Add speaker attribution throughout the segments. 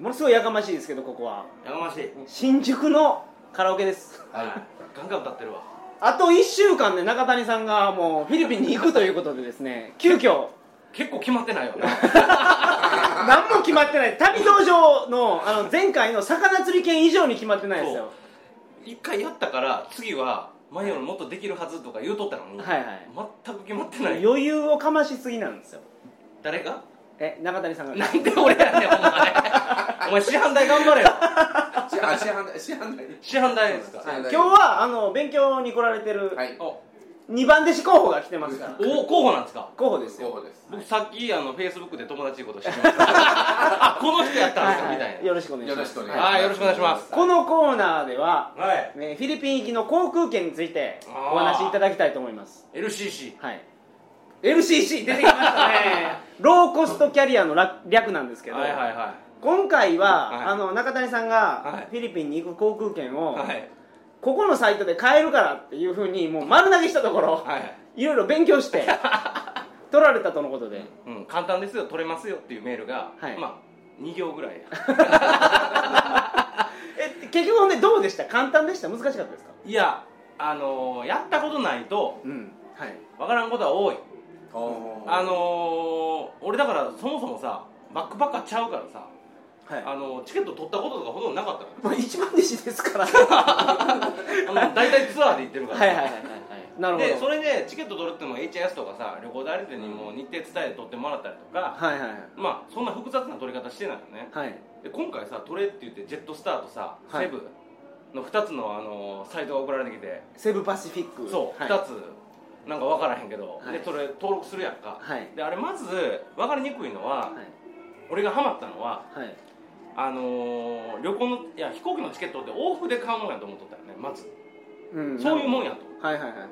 Speaker 1: のすごいやかましいですけどここは
Speaker 2: やがましい、
Speaker 1: 新宿のカラオケです
Speaker 2: はい、ガンガン歌ってるわ
Speaker 1: あと1週間で中谷さんがもうフィリピンに行くということでですね急遽
Speaker 2: 結構決まってないよね
Speaker 1: 何も決まってない旅道場のあの前回の魚釣り券以上に決まってないですよ
Speaker 2: 一回やったから次はマヨのもっとできるはずとか言うとったのに、
Speaker 1: はいはい
Speaker 2: 全く決まってない
Speaker 1: 余裕をかましすぎなんですよ
Speaker 2: 誰が
Speaker 1: え中谷さんが
Speaker 2: なんで俺やねんお前 お前師範代頑張れよ
Speaker 3: 市販市販市販代
Speaker 2: 師範代ですか、
Speaker 3: はい
Speaker 1: 今日はあの勉強に来られてる
Speaker 3: はい
Speaker 2: お
Speaker 1: 2番弟子候補が来てますから
Speaker 2: お候補なんですか
Speaker 1: 候補です
Speaker 3: 候
Speaker 1: よ
Speaker 3: 補です
Speaker 2: 僕さっきあのフェイスブックで友達のこと知ってましたあこの人やったんですよみたいな、
Speaker 1: よろしくお願いし
Speaker 3: よ
Speaker 1: ま
Speaker 3: ろし
Speaker 1: す
Speaker 3: くお願いします
Speaker 2: はいよろしくお願いします
Speaker 1: このコーナーでは、
Speaker 2: はい
Speaker 1: えーフィリピン行きの航空券についてお話しいただきたいと思います
Speaker 2: LCC
Speaker 1: はい LCC 出てきました ねローコストキャリアの略略なんですけど、
Speaker 2: はいはいは
Speaker 1: 今回は、
Speaker 2: はい
Speaker 1: あの中谷さん
Speaker 2: は
Speaker 1: が
Speaker 2: い
Speaker 1: フィリピンに行く航空券を、
Speaker 2: いはい
Speaker 1: ここのサイトで買えるからっていうふうにもう丸投げしたところ、
Speaker 2: はい
Speaker 1: い、ろいろ勉強して 取られたとのことで
Speaker 2: うん、簡単ですよ取れますよっていうメールが、
Speaker 1: はい
Speaker 2: まあ2行ぐらい
Speaker 1: え結局ねどうでした簡単でした難しかったですか
Speaker 2: いやあのーやったことないと
Speaker 1: うんはい
Speaker 2: わからんことは多い
Speaker 3: おー
Speaker 2: あのー、俺だからそもそもさバックパッカーちゃうからさ、
Speaker 1: はい
Speaker 2: あのーチケット取ったこととかほとんどなかったか
Speaker 1: まあ一番弟子ですからはい
Speaker 2: らあの大体ツアーで行ってるから
Speaker 1: はいはいはいはいなるほど
Speaker 2: でそれでチケット取るっても HIS とかさ旅行代理店にもう日程伝えて取ってもらったりとか、
Speaker 1: はいはいはい
Speaker 2: まあそんな複雑な取り方してないよね
Speaker 1: はい
Speaker 2: で今回さ取れって言ってジェットスターとさ、
Speaker 1: はい
Speaker 2: セブの2つの、あのーサイトが送られてきて
Speaker 1: セブパシフィック
Speaker 2: そう、
Speaker 1: はい、
Speaker 2: 2つなんか分からへんけど、
Speaker 1: はい
Speaker 2: でそれ登録するやんか、
Speaker 1: はい
Speaker 2: であれまず分かりにくいのは、
Speaker 1: はい
Speaker 2: 俺がハマったのは
Speaker 1: はい
Speaker 2: あのー旅行のいや飛行機のチケットって往復で買うもんやと思っとったよねまず、
Speaker 1: うん
Speaker 2: そういう
Speaker 1: なる
Speaker 2: もんやと
Speaker 1: ほどはいはいはいはい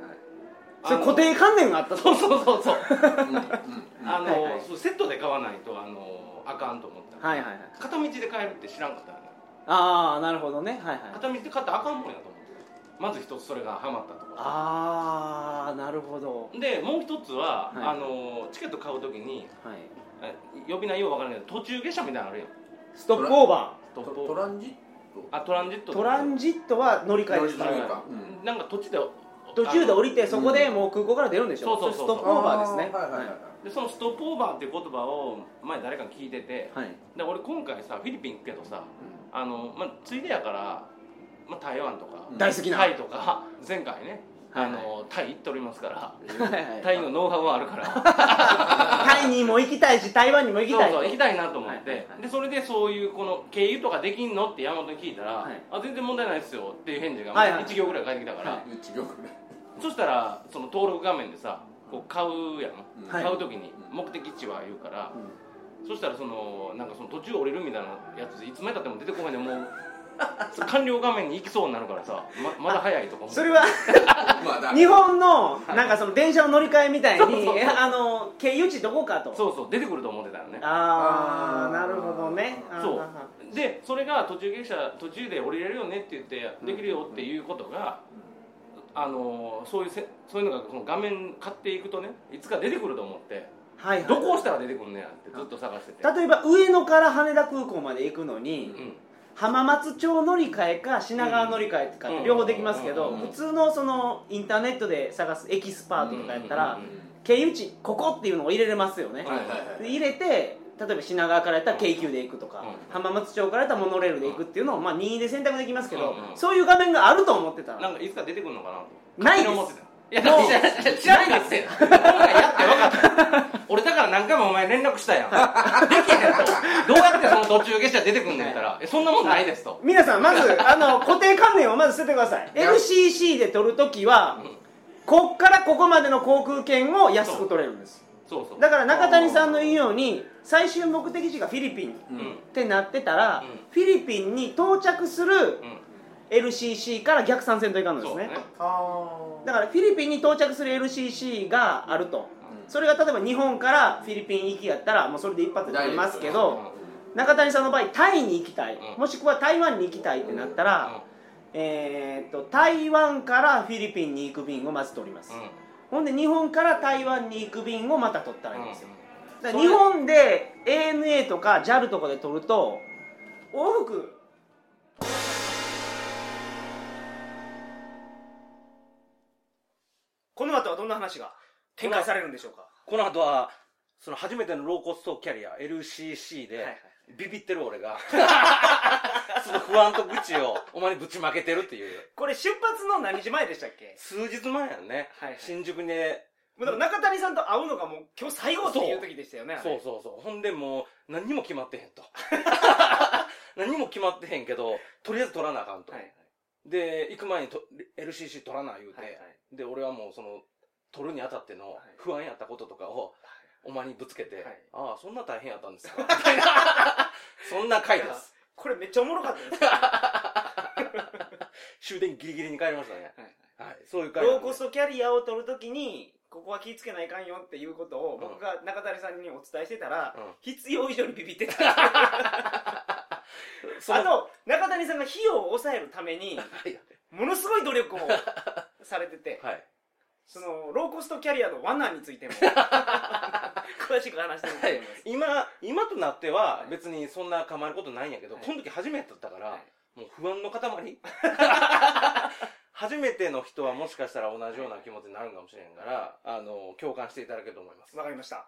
Speaker 1: そ
Speaker 2: あ
Speaker 1: れ
Speaker 2: の
Speaker 1: 固定観念があったと
Speaker 2: そうそうそう そう
Speaker 3: うんうん
Speaker 2: あのー
Speaker 1: はいはい
Speaker 2: そうセットで買わないと、あのーあかんと思った、
Speaker 1: はいはいはい
Speaker 2: 片道で買えるって知らんかったよね
Speaker 1: ああなるほどねはいはい
Speaker 2: 片道で買ったらあかんもんやと思ってまず一つそれがハマったところ
Speaker 1: ああなるほど
Speaker 2: でもう一つ
Speaker 1: は
Speaker 2: は、
Speaker 1: い
Speaker 2: あのーチケット買うときに
Speaker 1: はい
Speaker 2: え呼び名ようわからないけど途中下車みたいなのあるやん
Speaker 1: ストップオーバ
Speaker 2: ト
Speaker 3: トトランジッ
Speaker 2: あトランジッ
Speaker 1: ー
Speaker 2: ト
Speaker 1: トラン
Speaker 2: ジ
Speaker 1: ジットは乗り
Speaker 3: ト
Speaker 1: 換えです
Speaker 2: 乗り換え
Speaker 1: は
Speaker 2: か
Speaker 3: うん
Speaker 2: ットなんか途中で
Speaker 1: い途中で降
Speaker 2: り
Speaker 1: りてそこでもう空港から出るんでしょ
Speaker 2: そうそうそう
Speaker 1: れストップオーバーですね
Speaker 3: あはいはいはい
Speaker 2: でそのストップオーバーっていう言葉を前誰かに聞いてて
Speaker 1: はい
Speaker 2: で俺今回さフィリピン行くけどさあの、まあ、ついでやから、まあ、台湾とか、
Speaker 3: うん
Speaker 1: 大好きな
Speaker 2: タイとか前回ね、
Speaker 1: はい
Speaker 2: あのタイ行っておりますから
Speaker 3: うん
Speaker 1: はいはい
Speaker 2: タイのノウハウはあるから
Speaker 1: タイにも行きたいし台湾にも行きたい
Speaker 2: そうそう行きたいなと思って、
Speaker 1: はいはいはい
Speaker 2: でそれでそういうこの経由とかできんのって山本に聞いたら、
Speaker 1: はい
Speaker 2: あ全然問題ないですよっていう返事が
Speaker 1: はいはい
Speaker 2: 1行ぐらい返ってきたから、
Speaker 1: は
Speaker 3: 一行目
Speaker 2: そしたらその登録画面でさこう買うやん、
Speaker 3: うん
Speaker 1: はい
Speaker 2: 買う時に
Speaker 3: うん
Speaker 2: 目的地は言うから、そしたらそのなんかその途中降りるみたいなやついつまでたっても出てこない でもうその完了画面に行きそうになるからさままだ早いとか思って
Speaker 1: そ れは
Speaker 3: まあだ
Speaker 1: 日本のなんかその電車の乗り換えみたい
Speaker 2: そうそう
Speaker 1: に
Speaker 2: そう
Speaker 1: えあの経由地どこかと
Speaker 2: そうそう出てくると思ってたよね
Speaker 1: ああ
Speaker 3: あー
Speaker 1: なるほどねあー
Speaker 2: そう
Speaker 1: はは
Speaker 2: でそれが途中下車途中で降りれるよねって言ってできるよっていうことが、あのーそういうせそういうのがこの画面買っていくとねいつか出てくると思って
Speaker 1: はいはい
Speaker 2: どこ押したら出てくるんねやってずっと探してて、
Speaker 1: 例えば上野から羽田空港まで行くのに
Speaker 2: うん、
Speaker 1: 浜松町乗り換えか品川乗り換えとかって両方できますけど
Speaker 3: うん
Speaker 1: 普通のそのインターネットで探すエキスパートとかやった
Speaker 2: う
Speaker 1: ら
Speaker 2: ん
Speaker 1: 経由地ここっていうのを入れれますよね
Speaker 3: はいはい
Speaker 1: で
Speaker 3: はい
Speaker 1: 入れて例えば品川からやったら京急で行くとか
Speaker 2: うん
Speaker 1: 浜松町からやったらモノレールで行くっていうのをまあ任意で選択できますけど
Speaker 2: うん
Speaker 1: そういう画面があると思ってた
Speaker 2: な
Speaker 1: ら
Speaker 2: んかいつか出てくるのかなと
Speaker 1: ないです
Speaker 2: 勝手に思ってたいや、
Speaker 1: もう
Speaker 2: 知ら知らないですよ。今回やって分かった。俺だから何回もお前連絡したやん。できへんと。どうやってその途中下車出てくんねんったら、えそんなもんないですと。
Speaker 1: 皆さんま ずあの固定観念をまず捨ててください
Speaker 3: いや
Speaker 1: LCC で取るときはこっからここまでの航空券を安く取れるんです
Speaker 2: そうそう。
Speaker 1: だから中谷さんの言うように最終目的地がフィリピンっ
Speaker 3: うん
Speaker 2: うん。
Speaker 1: てなってたら、
Speaker 2: うん
Speaker 1: フィリピンに到着する
Speaker 2: うん
Speaker 1: LCC から逆算せんといかんので
Speaker 2: そ
Speaker 1: す
Speaker 2: う
Speaker 1: ね
Speaker 2: ね。
Speaker 3: あ
Speaker 1: だからフィリピンに到着する LCC があるとそれが例えば日本からフィリピン行きやったらもうそれで一発で取れますけ
Speaker 2: うん
Speaker 1: ど中谷さんの場合タイに行きたい、
Speaker 2: うん
Speaker 1: もしくは台湾に行きたいってなったら、えーっと台湾からフィリピンに行く便をまず取ります、
Speaker 2: うん
Speaker 1: ほんで日本から台湾に行く便をまた取ったらいいんですよ、
Speaker 2: うん
Speaker 1: だから日本で ANA とか JAL とかで取ると往復この後はどんな話が展開されるんでしょうか
Speaker 2: この後は、その初めてのローコストキャリア、LCC
Speaker 1: はいは
Speaker 2: で
Speaker 1: い、
Speaker 2: ビビってる俺が、 その不安と愚痴をお前にぶちまけてるっていう。
Speaker 1: これ出発の何時前でしたっけ
Speaker 2: 数日前やんね。
Speaker 1: はいはい
Speaker 2: 新宿にね、
Speaker 1: もうだから中谷さんと会うのがもう今日最後っていう時でしたよねあれ
Speaker 2: そうそうそう。ほんでもう、何にも決まってへん と。何にも決まってへんけど、とりあえず取らなあかんと。
Speaker 1: はいはい
Speaker 2: で、行く前にと LCC 取らな言うて、
Speaker 1: はいはい
Speaker 2: で、俺はもうその、取るにあたっての
Speaker 1: はい
Speaker 2: 不安やったこととかを、お前にぶつけて、
Speaker 1: はい
Speaker 2: ああ、そんな大変やったんですかみたいな。そんな回です。
Speaker 1: これめっちゃおもろかったですよ
Speaker 2: 終電ギリギリに帰りましたね。
Speaker 1: はい
Speaker 2: はい。そういう回なん
Speaker 1: ロー
Speaker 2: で
Speaker 1: コストキャリアを取るときに、ここは気ぃつけないかんよっていうことを
Speaker 2: ん
Speaker 1: 僕が中谷さんにお伝えしてたら、
Speaker 2: うん
Speaker 1: 必要以上にビビってた。
Speaker 2: そ
Speaker 1: あ
Speaker 2: の、
Speaker 1: と、中谷さんが費用を抑えるために、
Speaker 2: はい。
Speaker 1: ものすごい努力をされて て、
Speaker 2: はい。
Speaker 1: その、ローコストキャリアの罠につい ても、詳しく話してみたいと思います。
Speaker 2: 今、今となっては
Speaker 1: はい
Speaker 2: 別にそんな構えることないんやけど、
Speaker 1: はい
Speaker 2: この時初めてだったから、
Speaker 1: はい
Speaker 2: もう不安の 塊初めての人はもしかしたら同じような気持ちになるかもしれんから、あの、共感していただけると思います。
Speaker 1: わかりました。